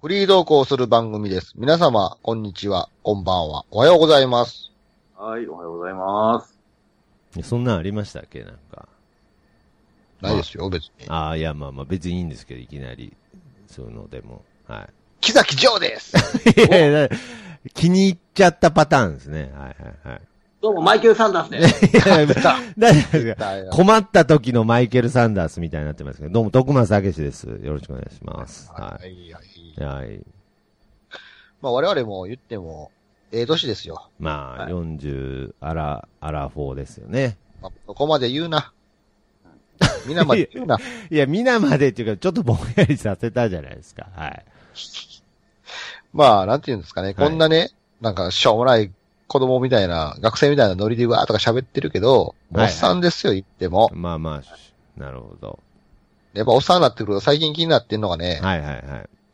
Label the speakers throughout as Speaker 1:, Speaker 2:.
Speaker 1: フリー投稿する番組です。皆様、こんにちは、こんばんは、おはようございます。
Speaker 2: はい、おはようございます。
Speaker 3: そんなんありましたっけなんか。
Speaker 1: ないですよ、別に。
Speaker 3: ああ、いや、まあまあ、別にいいんですけど、いきなり、そういうのでも。は
Speaker 1: 木崎ジョーです。
Speaker 3: い。いやいや気に入っちゃったパターンですね。はいはいはい。
Speaker 2: どうも、マイケル・サンダースです。
Speaker 3: いやいや大丈夫ですか
Speaker 1: だよ
Speaker 3: 困った時のマイケル・サンダースみたいになってますけど、どうも、徳松明です。よろしくお願いします。は
Speaker 1: はいはい
Speaker 3: い。はい。
Speaker 1: まあ我々も言っても、ええ年ですよ。
Speaker 3: まあ、
Speaker 2: はい
Speaker 3: 40、アラ、アラフォーですよね。
Speaker 1: まあここまで言 うな。皆まで言うな。
Speaker 3: いや、皆までっていうか、ちょっとぼんやりさせたじゃないですか。はい。
Speaker 1: まあ、なんて言うんですかね。こんなね、なんか、しょうもない子供みたいな、学生みたいなノリでわーとか喋ってるけど、
Speaker 3: はいはい
Speaker 1: おっさんですよ、言っても。
Speaker 3: まあまあし、なるほど。
Speaker 1: やっぱおっさんになってくると最近気になってんのがね、
Speaker 3: はいはいはい。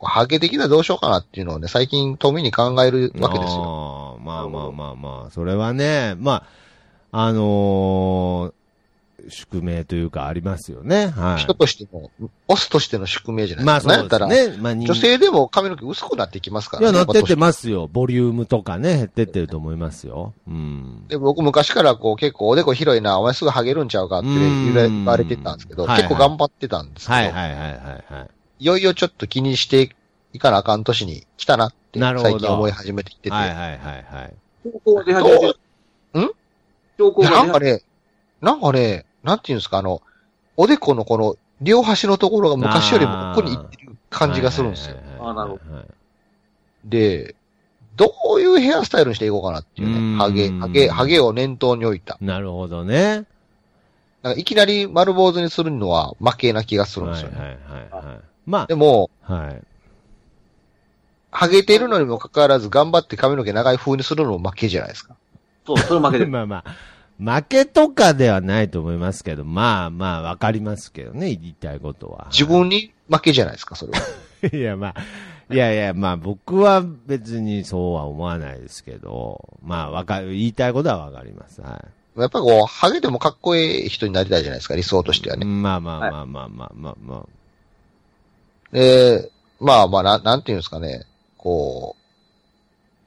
Speaker 1: ハゲ的などうしようかなっていうのをね、最近富に考えるわけですよ。
Speaker 3: よ。まあまあまあまあ、それはね、まあ、あのー宿命というかありますよね。は
Speaker 1: 人
Speaker 3: い。
Speaker 1: としても、オスとしての宿命じゃない
Speaker 3: まあ
Speaker 1: ですか。
Speaker 3: そうです
Speaker 1: なんやったら、
Speaker 3: ね。まあ人
Speaker 1: 女性でも髪の毛薄くなってきますから
Speaker 3: い
Speaker 1: ね。
Speaker 3: や、なってって
Speaker 1: まあ
Speaker 3: ますよ。ボリュームとかね、減ってってると思いますよ。うん。
Speaker 1: で僕昔からこう結構おでこ広いな、お前すぐハゲるんちゃうかって言われてたんですけど、
Speaker 3: うんはいは
Speaker 1: 結
Speaker 3: い
Speaker 1: 構頑張ってたんですけど、
Speaker 3: はいいはいはいはいはい
Speaker 1: よいよちょっと気にしていかなあかん年に来たなって、
Speaker 3: なるほど
Speaker 1: 最近思い始めてきてて、
Speaker 3: はいはいはいはい。
Speaker 2: 兆候が出始めてる。
Speaker 1: ん
Speaker 2: 兆候が出
Speaker 1: な
Speaker 2: 始
Speaker 1: ん
Speaker 2: め
Speaker 1: か
Speaker 2: て
Speaker 1: ね、なんかね、なんていうんですか、あの、おでこのこの両端のところが昔よりもここに行ってる感じがするんですよ。
Speaker 3: はいはい
Speaker 2: あーなるほ
Speaker 3: ど。はい
Speaker 1: で、どういうヘアスタイルにしていこうかなっていう
Speaker 3: うー
Speaker 1: ね。
Speaker 3: ん
Speaker 1: ハゲ、ハゲ、ハゲを念頭に置いた。
Speaker 3: なるほどね。
Speaker 1: なんかいきなり丸坊主にするのは負けな気がするんですよね。
Speaker 3: はいはいはいはい。ま
Speaker 1: でも、
Speaker 3: あ、はい。
Speaker 1: ハゲてるのにもかかわらず頑張って髪の毛長い風にするのも負けじゃないですか。
Speaker 2: そう、それ負けて る。
Speaker 3: まあまあ、負けとかではないと思いますけど、まあまあ、わかりますけどね、言いたいことは。
Speaker 1: 自分に負けじゃないですか、それは。
Speaker 3: いや、まあ、いやいや、まあ僕は別にそうは思わないですけど、まあわかる、言いたいことはわかります。は。
Speaker 1: やっぱこう、ハゲてもかっこいい人になりたいじゃないですか、理想としてはいね。
Speaker 3: まあまあまあまあまあまあまあ。
Speaker 1: で、まあまあ、ななんていうんですかね、こ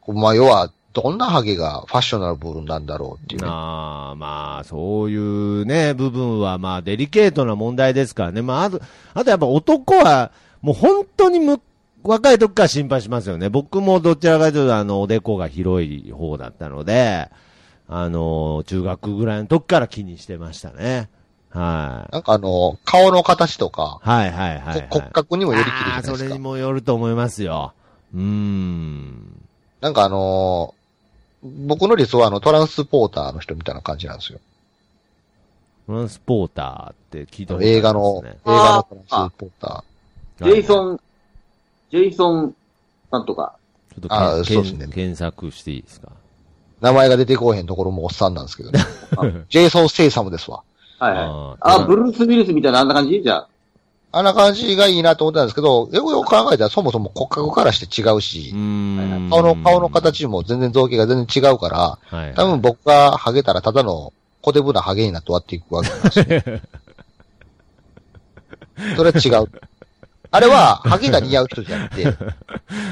Speaker 1: う、こうまあ要は、どんなハゲがファッショナルブルなんだろうっていうね、
Speaker 3: ああ、まあ、そういうね、部分は、まあ、デリケートな問題ですからね。まあ、あと、あとやっぱ男は、もう本当にむ、若い時から心配しますよね。僕もどちらかというと、あの、おでこが広い方だったので、あの、中学ぐらいの時から気にしてましたね。はい。
Speaker 1: なんかあの、顔の形とか、
Speaker 3: はいはいはい、はい。
Speaker 1: こ骨格にもよりきるじゃな
Speaker 3: あ
Speaker 1: い
Speaker 3: あ
Speaker 1: で
Speaker 3: ー、そ
Speaker 1: す
Speaker 3: れ
Speaker 1: か
Speaker 3: に。もよると思いますよ。うーん。
Speaker 1: なんかあのー僕の理想はあの、トランスポーターの人みたいな感じなんですよ。
Speaker 3: トランスポーターって聞いたことありますね。
Speaker 1: 映画の、映画のトランスポータ
Speaker 2: ジェイソン、ジェイソン、なんとか。
Speaker 3: ちょっとけ
Speaker 1: あー
Speaker 3: け
Speaker 1: そ
Speaker 3: ん
Speaker 1: うですね
Speaker 3: 検索していいですか
Speaker 1: ー。名前が出てこへんところもおっさんなんですけ どね。
Speaker 2: あ
Speaker 1: ジェイソン・ステイサムですわ。
Speaker 2: はいはい。
Speaker 3: あー
Speaker 2: あ、ブルース・ウィルスみたいなあんな感じじゃあ。
Speaker 1: あんな感じがいいなと思ったんですけど、よくよく考えたらそもそも骨格からして違う
Speaker 3: う
Speaker 1: し、
Speaker 3: ーん
Speaker 1: 顔の、顔の。形も全然造形が全然違うから、
Speaker 3: はいはい。
Speaker 1: 多分僕がハゲたらただの小手ぶなハゲになって終わっていくわけなんですよ。 それは違う。あれは、ハゲが似合う人じゃな くて、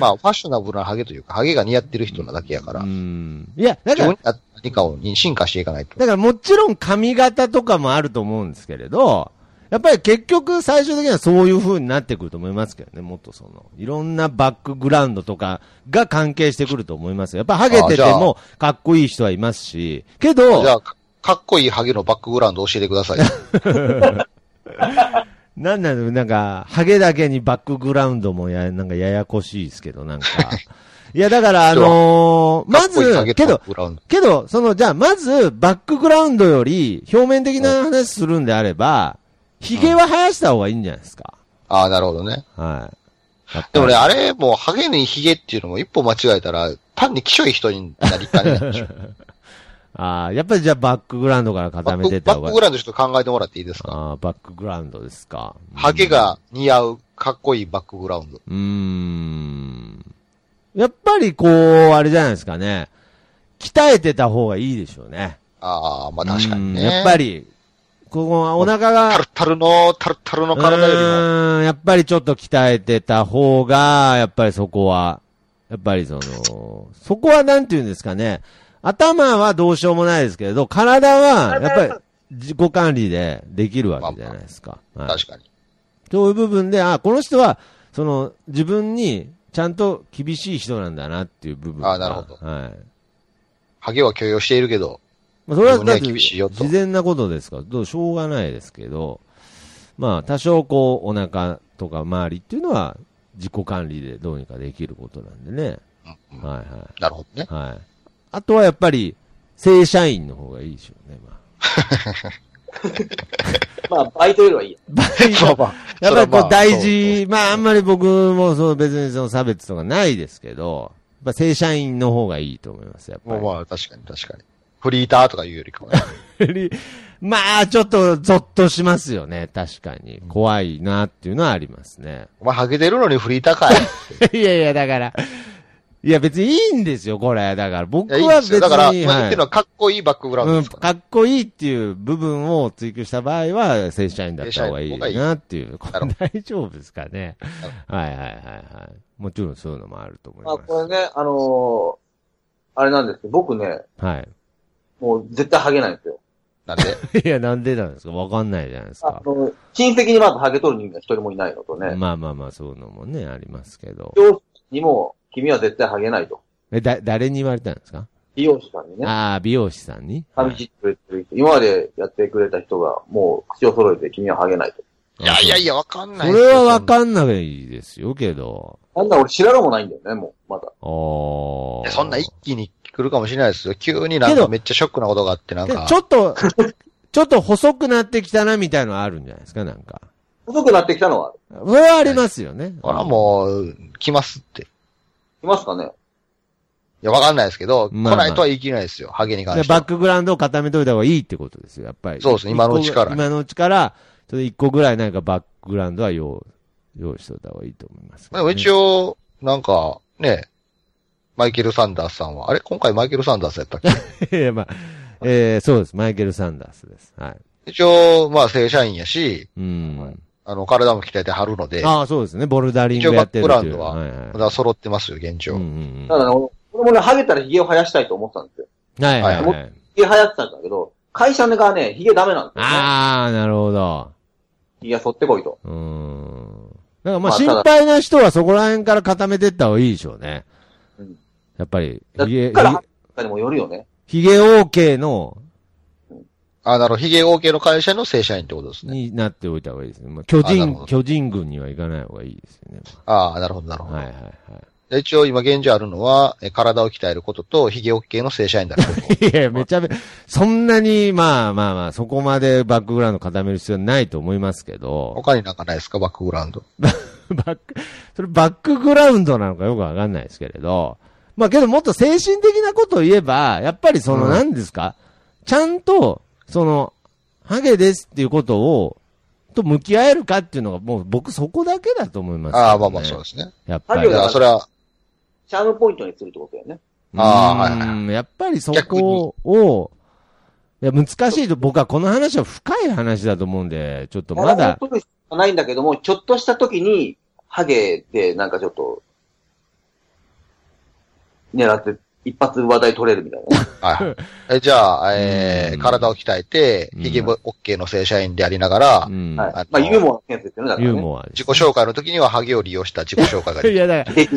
Speaker 1: まあ、ファッショナブルなハゲというか、ハゲが似合ってる人なだけやから
Speaker 3: うー、ん。いや、だから、
Speaker 1: 自分に
Speaker 3: だ
Speaker 1: 合った何かをに進化していかないと。
Speaker 3: からもちろん髪型とかもあると思うんですけれど、やっぱり結局最終的にはそういう風になってくると思いますけどね、もっとその、いろんなバックグラウンドとかが関係してくると思いますよ。やっぱハゲてて
Speaker 1: あじゃあ
Speaker 3: もかっこいい人はいますし、け
Speaker 1: じゃ
Speaker 3: ど、
Speaker 1: あ、かかっこいいハゲのバックグラウンド教えてください。
Speaker 3: なんなのなんか、ハゲだけにバックグラウンドもや、なんかややこしいですけど、 なんか。いや、だからあのー
Speaker 1: か
Speaker 3: ま
Speaker 1: っこいいハゲ
Speaker 3: ず、
Speaker 1: と
Speaker 3: けど
Speaker 1: バック、グラウンド。
Speaker 3: けど、その、じゃあ、まず、バックグラウンドより、表面的な話するんであれば、髭は生やした方がいいんじゃないですか。
Speaker 1: ああ、なるほどね。
Speaker 3: はい。やっぱり
Speaker 1: でもね、あれ、もう、ハゲにヒゲっていうのも一歩間違えたら、単にきしょい人になりかね ないでしょ。
Speaker 3: ああ、やっぱりじゃあ、バックグラウンドから
Speaker 1: バ
Speaker 3: 固めて
Speaker 1: ッ
Speaker 3: っ
Speaker 1: クバ
Speaker 3: た
Speaker 1: ッ
Speaker 3: 方が
Speaker 1: クグラウンドちょっと考えてもらっていいですか
Speaker 3: ああ、バックグラウンドですか。うん
Speaker 1: ハゲ。が似合う、かっこいいバックグラウンド。
Speaker 3: うーん。やっぱりこう、あれじゃないですかね。鍛えてた方がいいでしょうね。
Speaker 1: ああ、まあ確かにね。
Speaker 3: うんやっぱ
Speaker 1: り。
Speaker 3: り、ここお腹が
Speaker 1: タ、ルタルの、タルタルの体よりも。
Speaker 3: うーん、やっぱりちょっと鍛えてた方が、やっぱりそこは、やっぱりその、そこはなんて言うんですかね、頭はどうしようもないですけれど、体は、やっぱり自己管理でできるわけじゃないですか。はい
Speaker 1: 確かに。
Speaker 3: そういう部分で、あ、この人は、その、自分に、ちゃんと厳しい人なんだなっていう部分が。
Speaker 1: あなるほど
Speaker 3: はい。
Speaker 1: ハゲは許容しているけど、
Speaker 3: まあ、それは
Speaker 1: 自分に
Speaker 3: だっ
Speaker 1: は
Speaker 3: て、
Speaker 1: 厳しいよと
Speaker 3: 自然なことですから、どうしょうがないですけど、まあ、多少こう、お腹とか周りっていうのは、自己管理でどうにかできることなんでね。
Speaker 1: うんうん
Speaker 3: はいは
Speaker 1: なるほ どね。
Speaker 3: い。はい。あとはやっぱり、正社員の方がいいでしょうね、まあ。
Speaker 2: まあ、バイトよりはいいよ。
Speaker 3: バイト
Speaker 1: まあまあ
Speaker 3: やっぱりこう大
Speaker 1: それ
Speaker 3: 事、まああんまり僕もそう別にその差別とかないですけど、まあ正社員の方がいいと思います、やっぱ
Speaker 1: まあ
Speaker 3: り。
Speaker 1: まあ確かに確かに。フリーターとか言うよりかはね。
Speaker 3: まあちょっとゾッとしますよね、確かに。怖いなっていうのはありますね。
Speaker 1: お前ハゲてるのにフリーターかい。
Speaker 3: いやいや、だから、いや別にいいんですよ、これ。だから
Speaker 1: い
Speaker 3: 僕
Speaker 1: やいいん
Speaker 3: は
Speaker 1: で
Speaker 3: 別
Speaker 1: すよ。だから、
Speaker 3: に、
Speaker 1: まあ言ってるのはかっこいいバックグラウンド
Speaker 3: う
Speaker 1: で
Speaker 3: ん、
Speaker 1: すから。
Speaker 3: かっこいいっていう部分を追求した場合は、正社員だった方がいいなっていう。これ大丈夫ですかね。はいはいはいはい。もちろんそういうのもあると思い
Speaker 2: まあ、
Speaker 3: ます。
Speaker 2: これね、あのーあれなんですけど、僕ね、
Speaker 3: は
Speaker 2: もう絶対ハゲないんですよ。
Speaker 1: なんで、
Speaker 3: い。い や、なんでなんですかわかんないじゃないです
Speaker 2: あ
Speaker 3: か。
Speaker 2: の、親戚にまずハゲ取る人間が一人もいないのとね、
Speaker 3: まあまあまあ、そういうのもね、ありますけど。
Speaker 2: 美容師にも、君は絶対ハゲないと。
Speaker 3: え、だ、誰に言われたんですか
Speaker 2: 美容師さんにね、
Speaker 3: ああ、美容師さんに
Speaker 2: 髪切ってくれてる人、今までやってくれた人が、もう口を揃えて君はハゲないと。
Speaker 1: いやいやい
Speaker 3: や。
Speaker 1: や、わかん
Speaker 3: そ
Speaker 1: ない。
Speaker 3: れはわかんないですよ、けど。
Speaker 2: なんだ、俺知らろもないんだよね、もう、まだ。
Speaker 3: あ
Speaker 1: い
Speaker 3: あ。
Speaker 1: やそんな一気に来るかもしれないですよ。急になん
Speaker 3: けど
Speaker 1: かめっちゃショックなことがあって、なん
Speaker 3: で
Speaker 1: か。
Speaker 3: ちょっと、 ちょっと細くなってきたなみたいのはあるんじゃないですか、なんか。
Speaker 2: 細くなってきたのは、
Speaker 3: それはありますよね。
Speaker 1: ほらもう、来ますって。い
Speaker 2: いますかね
Speaker 1: や、わかんないですけど、
Speaker 3: まあまあ
Speaker 1: 来ないとは言い切れないですよ。ハゲに関
Speaker 3: で
Speaker 1: して
Speaker 3: バッ
Speaker 1: は。
Speaker 3: クグラウンドを固めといた方がいいってことですよ、やっぱり。
Speaker 1: そうですね今のうちから
Speaker 3: 一個ぐ今のうちから、ちょっと一個ぐらいなんかバックグラウンドは用、用意しといた方がいいと思います、
Speaker 1: まあでも一
Speaker 3: 応。
Speaker 1: 応、なんか、ね、マイケル・サンダースさんは、あれ今回マイケル・サンダースやったっ け
Speaker 3: いや、まあ、えー、そうです。マイケル・サンダースです。はい。
Speaker 1: 一応、まあ正社員やし、
Speaker 3: うん。
Speaker 1: あの、体も鍛えてはるので、だ
Speaker 3: ああ、そうですね。ボルダリングやってるっていう。
Speaker 1: 一応バックグ
Speaker 3: はいはい。
Speaker 1: から揃ってますよ、現状。
Speaker 3: うんうんうん
Speaker 2: ただね、俺俺もね、ハゲたらヒゲを生やしたいと思ってたんですよ。
Speaker 3: はいはいはい。
Speaker 2: ヒゲ生やってたんだけど、会社がね、ヒゲダメなんですよ、ね。
Speaker 3: ああ、なるほど。
Speaker 2: ヒゲ剃ってこいと。
Speaker 3: うーん。だからまあ
Speaker 2: まあ
Speaker 3: 心配な人はそこら辺から固めてった方がいいでしょうね。
Speaker 2: うん
Speaker 3: やっぱり、
Speaker 2: だ
Speaker 3: ひげ、
Speaker 2: から、にもよるよね。
Speaker 3: ひげ OK の、
Speaker 1: あ、なるほど。ヒゲ OK の会社の正社員ってことですね。
Speaker 3: になっておいた方がいいですね。まあ、巨
Speaker 1: あなる
Speaker 3: 人、
Speaker 1: ほど
Speaker 3: 巨人軍には行かない方がいいですよね。
Speaker 1: ああ、なるほど、なるほど。
Speaker 3: はいはいは
Speaker 1: で一応今現状あるのは、え体を鍛えることと、ヒゲ OK の正社員だと。
Speaker 3: い。いやいや、めちゃめちゃ、そんなに、まあまあまあ、そこまでバックグラウンド固める必要ないと思いますけど、
Speaker 1: 他になんかないですかバックグラウンド。
Speaker 3: バック、 それバックグラウンドなのかよくわかんないですけれど、まあけどもっと精神的なことを言えば、やっぱりその
Speaker 1: うん
Speaker 3: 何ですか、ちゃんと、その、ハゲですっていうことを、と向き合えるかっていうのが、もう僕そこだけだと思います、
Speaker 1: ああ、まあまあそうですね。
Speaker 3: やっぱ
Speaker 2: ハ
Speaker 3: り
Speaker 2: ゲ
Speaker 1: だか
Speaker 2: は
Speaker 1: らそれは、
Speaker 2: チャームポイントにするってことだよね。
Speaker 1: あーはいはい
Speaker 3: うんやっぱりそこを、いや、難しいと、僕はこの話は深い話だと思うんで、ちょっとまだ、
Speaker 2: 取る必要はないんだけども、ちょっとした時に、ハゲでなんかちょっと、狙って、一発話題取れるみたいな。
Speaker 1: はい。えじゃあ、え
Speaker 3: う
Speaker 1: ー、
Speaker 3: ん
Speaker 1: 体を鍛えて、
Speaker 3: うん
Speaker 1: ヒゲ OK の正社員でありながら、
Speaker 3: うん
Speaker 2: はい
Speaker 1: あの。
Speaker 2: まあ、ユーモアのセンスですよね、だから、ね。
Speaker 3: ユーモアです
Speaker 1: 自己紹介の時にはハゲを利用した自己紹介がで
Speaker 3: い
Speaker 1: きる。
Speaker 3: や、 だから、
Speaker 2: で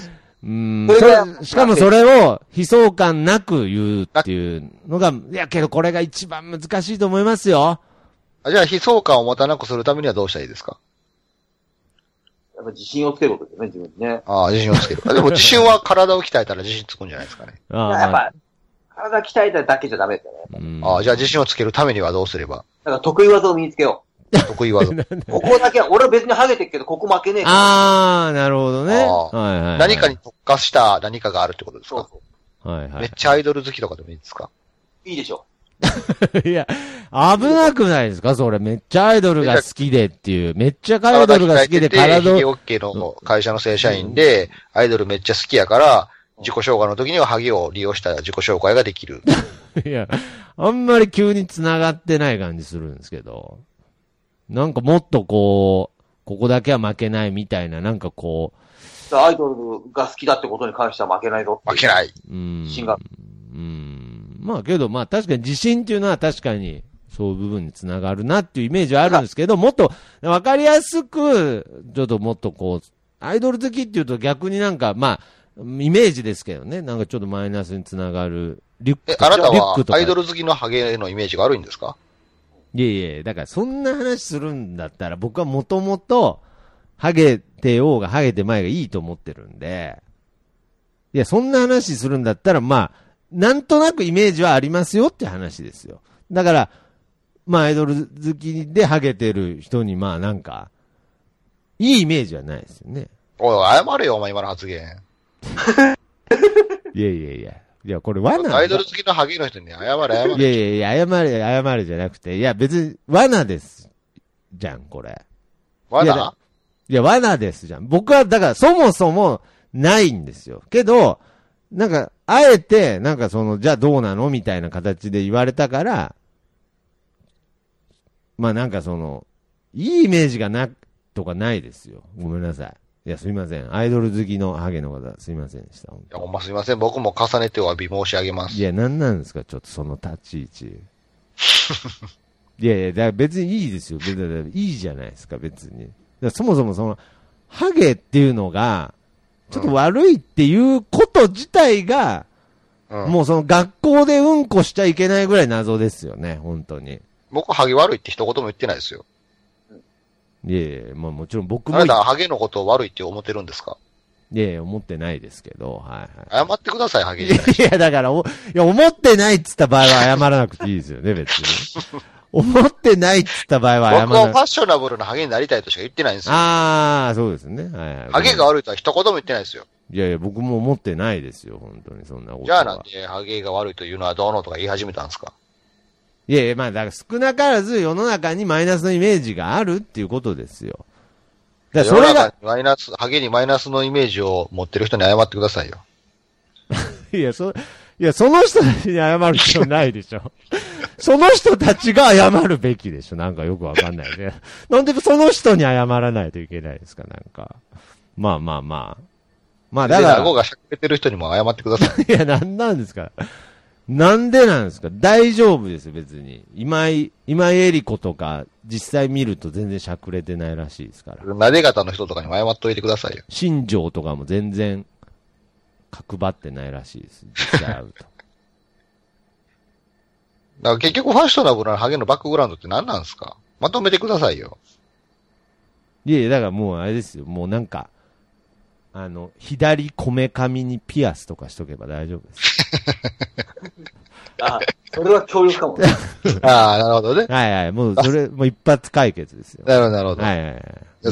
Speaker 3: うん
Speaker 2: それが
Speaker 3: それしかもそれを悲壮感なく言うっていうのが、いや、けどこれが一番難しいと思いますよ。
Speaker 1: あじゃあ、悲壮感を持たなくするためにはどうしたらいいですか
Speaker 2: やっぱ自信をつけることですよね、自分にね。
Speaker 1: ああ、自信をつける。 あでも、自信は体を鍛えたら自信つくんじゃないですかね。
Speaker 3: あ
Speaker 2: やっぱ、体鍛えただけじゃダメですよね。
Speaker 1: ああ、じゃあ、自
Speaker 3: 信。
Speaker 1: 信をつけるためにはどうすれば
Speaker 2: だから得意技を身につけよ
Speaker 1: 得 意技。
Speaker 2: う。ここだけは、俺は別にハゲてるけど、ここ負けねえから。
Speaker 3: あー、なるほどね。
Speaker 1: あー
Speaker 3: はいはいはい。
Speaker 1: 何かに特化した何かがあるってことです
Speaker 2: そう
Speaker 1: か
Speaker 2: そ
Speaker 3: はいは
Speaker 1: めっ
Speaker 3: い。
Speaker 1: ちゃアイドル好きとかでもいいですか
Speaker 2: う。いいでしょ
Speaker 3: いや、危なくないですかそれ。めっちゃアイドルが好きでっていう。めっちゃアイドルが好きで体
Speaker 1: 体を鍛えててヒ
Speaker 3: を
Speaker 1: ゲオッケーの会社の正社員で、アイドルめっちゃ好きやから、自己紹介の時にはハゲを利用した自己紹介ができる。
Speaker 3: いや、あんまり急に繋がってない感じするんですけど、なんかもっとこう、ここだけは負けないみたいな、なんかこ
Speaker 2: アイドルが好きだってことに関しては負けないぞっていう
Speaker 1: 負けない。
Speaker 3: う、うん。
Speaker 2: シンガー
Speaker 3: うん。まあけど、まあ確かに自信っていうのは確かに、そういう部分につながるなっていうイメージはあるんですけど、もっとわかりやすく、ちょっともっとこう、アイドル好きっていうと逆になんか、まあ、イメージですけどね、なんかちょっとマイナスにつながる。リュック
Speaker 1: え、
Speaker 3: と
Speaker 1: あなた
Speaker 3: リュック
Speaker 1: は
Speaker 3: とか
Speaker 1: アイドル好きのハゲのイメージがあるんですか
Speaker 3: いやいや、だからそんな話するんだったら、僕はもともと、ハゲてようがハゲてまいがいいと思ってるんで、いや、そんな話するんだったら、まあ、なんとなくイメージはありますよって話ですよ。だから、まあ、アイドル好きでハゲてる人に、まあ、なんか、いいイメージはないですよね。
Speaker 1: おい、謝れよ、お前今の発言。
Speaker 3: いやいやいや。いや、これ罠。
Speaker 1: アイドル好きのハゲの人に謝れ、謝
Speaker 3: い
Speaker 1: れ。
Speaker 3: やいやいや、謝れ、謝れじゃなくて、いや、別に罠です。じゃん、これ。
Speaker 1: わ
Speaker 3: いや
Speaker 1: ざ
Speaker 3: だいや、罠ですじゃん。僕は、だから、そもそも、ないんですよ。けど、なんか、あえて、なんかその、じゃあどうなのみたいな形で言われたから、まあなんかその、いいイメージがな、とかないですよ。ごめんなさい。いや、すいません。アイドル好きのハゲの方、すいませんでした。本
Speaker 1: いや、
Speaker 3: 当
Speaker 1: ほんますいません。僕も重ねてお詫び申し上げます
Speaker 3: い。や、なんなんですか、ちょっとその立ち位置。 いやいや、だから別にいいですよ。別にだからいいじゃないですか、別に。だからそもそもその、ハゲっていうのが、ちょっと悪いっていうこと自体が、
Speaker 1: うん、
Speaker 3: もうその学校でうんこしちゃいけないぐらい謎ですよね、本当に。
Speaker 1: 僕、ハゲ悪いって一言も言ってないですよ。
Speaker 3: いやいや、まあもちろん僕
Speaker 1: あ
Speaker 3: も、
Speaker 1: ないた、ハゲのことを悪いって思ってるんですか
Speaker 3: やいや、思ってないですけど、はいはい。
Speaker 1: 謝ってください、ハゲに。
Speaker 3: いや、だからお、いや、思ってないっつった場合は謝らなくていいですよね、別に。 思ってないっつった場合は謝らなく
Speaker 1: 僕はファッショナブルなハゲになりたいとしか言ってないんですよ。
Speaker 3: ああ、そうですね。はいはい。
Speaker 1: ハゲが悪いとは一言も言ってないですよ。
Speaker 3: いやいや、僕も思ってないですよ、本当に、そんなことは。
Speaker 1: じゃあなんでハゲが悪いというのはどうのとか言い始めたんですか
Speaker 3: いやいや、まあ、だから少なからず世の中にマイナスのイメージがあるっていうことですよ。だからそ
Speaker 1: 世
Speaker 3: れ
Speaker 1: の
Speaker 3: が
Speaker 1: 中、にマイナス、ハゲにマイナスのイメージを持ってる人に謝ってくださいよ。
Speaker 3: いや、そ、いや、その人たちに謝る必要ないでしょ。 その人たちが謝るべきでしょ。なんかよくわかんないね。なんでその人に謝らないといけないですか、なんか。まあまあまあ。まあ、だ
Speaker 1: だか
Speaker 3: から
Speaker 1: ら、。顎がしゃくれてる人にも謝ってください。
Speaker 3: いや、なんなんですか。なんでなんですか。大丈夫ですよ、別に。今井、今井絵理子とか、実際見ると全然しゃくれてないらしいです から。
Speaker 1: 撫で方の人とかにも謝っておいてくださいよ。
Speaker 3: 新庄とかも全然、角張ってないらしいです。実際会う と。
Speaker 1: だから結局ファッショナブルなハゲのバックグラウンドって何なんですかまとめてくださいよ。
Speaker 3: いやいや、だからもうあれですよ、もうなんか、あの、左こめかみにピアスとかしとけば大丈夫で す。
Speaker 2: あ、それは強力かもね。
Speaker 1: ああ、なるほどね。
Speaker 3: はいはい、もうそれ、もう一発解決ですよ。
Speaker 1: なるほど、なるほど。
Speaker 3: はいはいは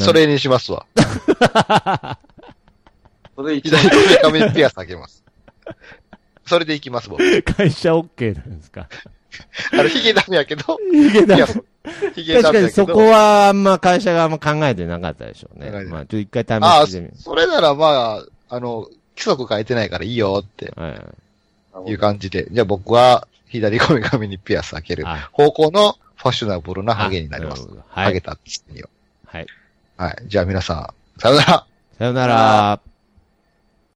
Speaker 3: い。
Speaker 1: それにしますわ。
Speaker 2: それ一番
Speaker 1: 左手髪にピアス開け ます。それで行きます、僕。
Speaker 3: 会社 OK なんです か
Speaker 1: あれ、ヒゲダメやけ ど、
Speaker 3: いけ
Speaker 1: ピ
Speaker 3: ない
Speaker 1: アス。ヒゲ
Speaker 3: 確
Speaker 1: ダメ
Speaker 3: か
Speaker 1: や
Speaker 3: に
Speaker 1: け
Speaker 3: そ
Speaker 1: ど。
Speaker 3: こはあんま会社があんま考えてなかったでしょうね
Speaker 1: 考えてな。い
Speaker 3: まあ、ちょっと一回
Speaker 1: ああ、
Speaker 3: 試してみる。
Speaker 1: それならまあ、あの、規則変えてないからいいよって
Speaker 3: はい。
Speaker 1: いう感じで。じゃあ僕は左こめかみにピアス開ける
Speaker 3: あ
Speaker 1: 方向のファッショナブルなハゲになりま
Speaker 3: あ
Speaker 1: す
Speaker 3: るほど。は
Speaker 1: ハゲ
Speaker 3: い。
Speaker 1: たって言ってみよ
Speaker 3: はい。
Speaker 1: う。はい。じゃあ皆さん、さよなら。
Speaker 3: さよなら。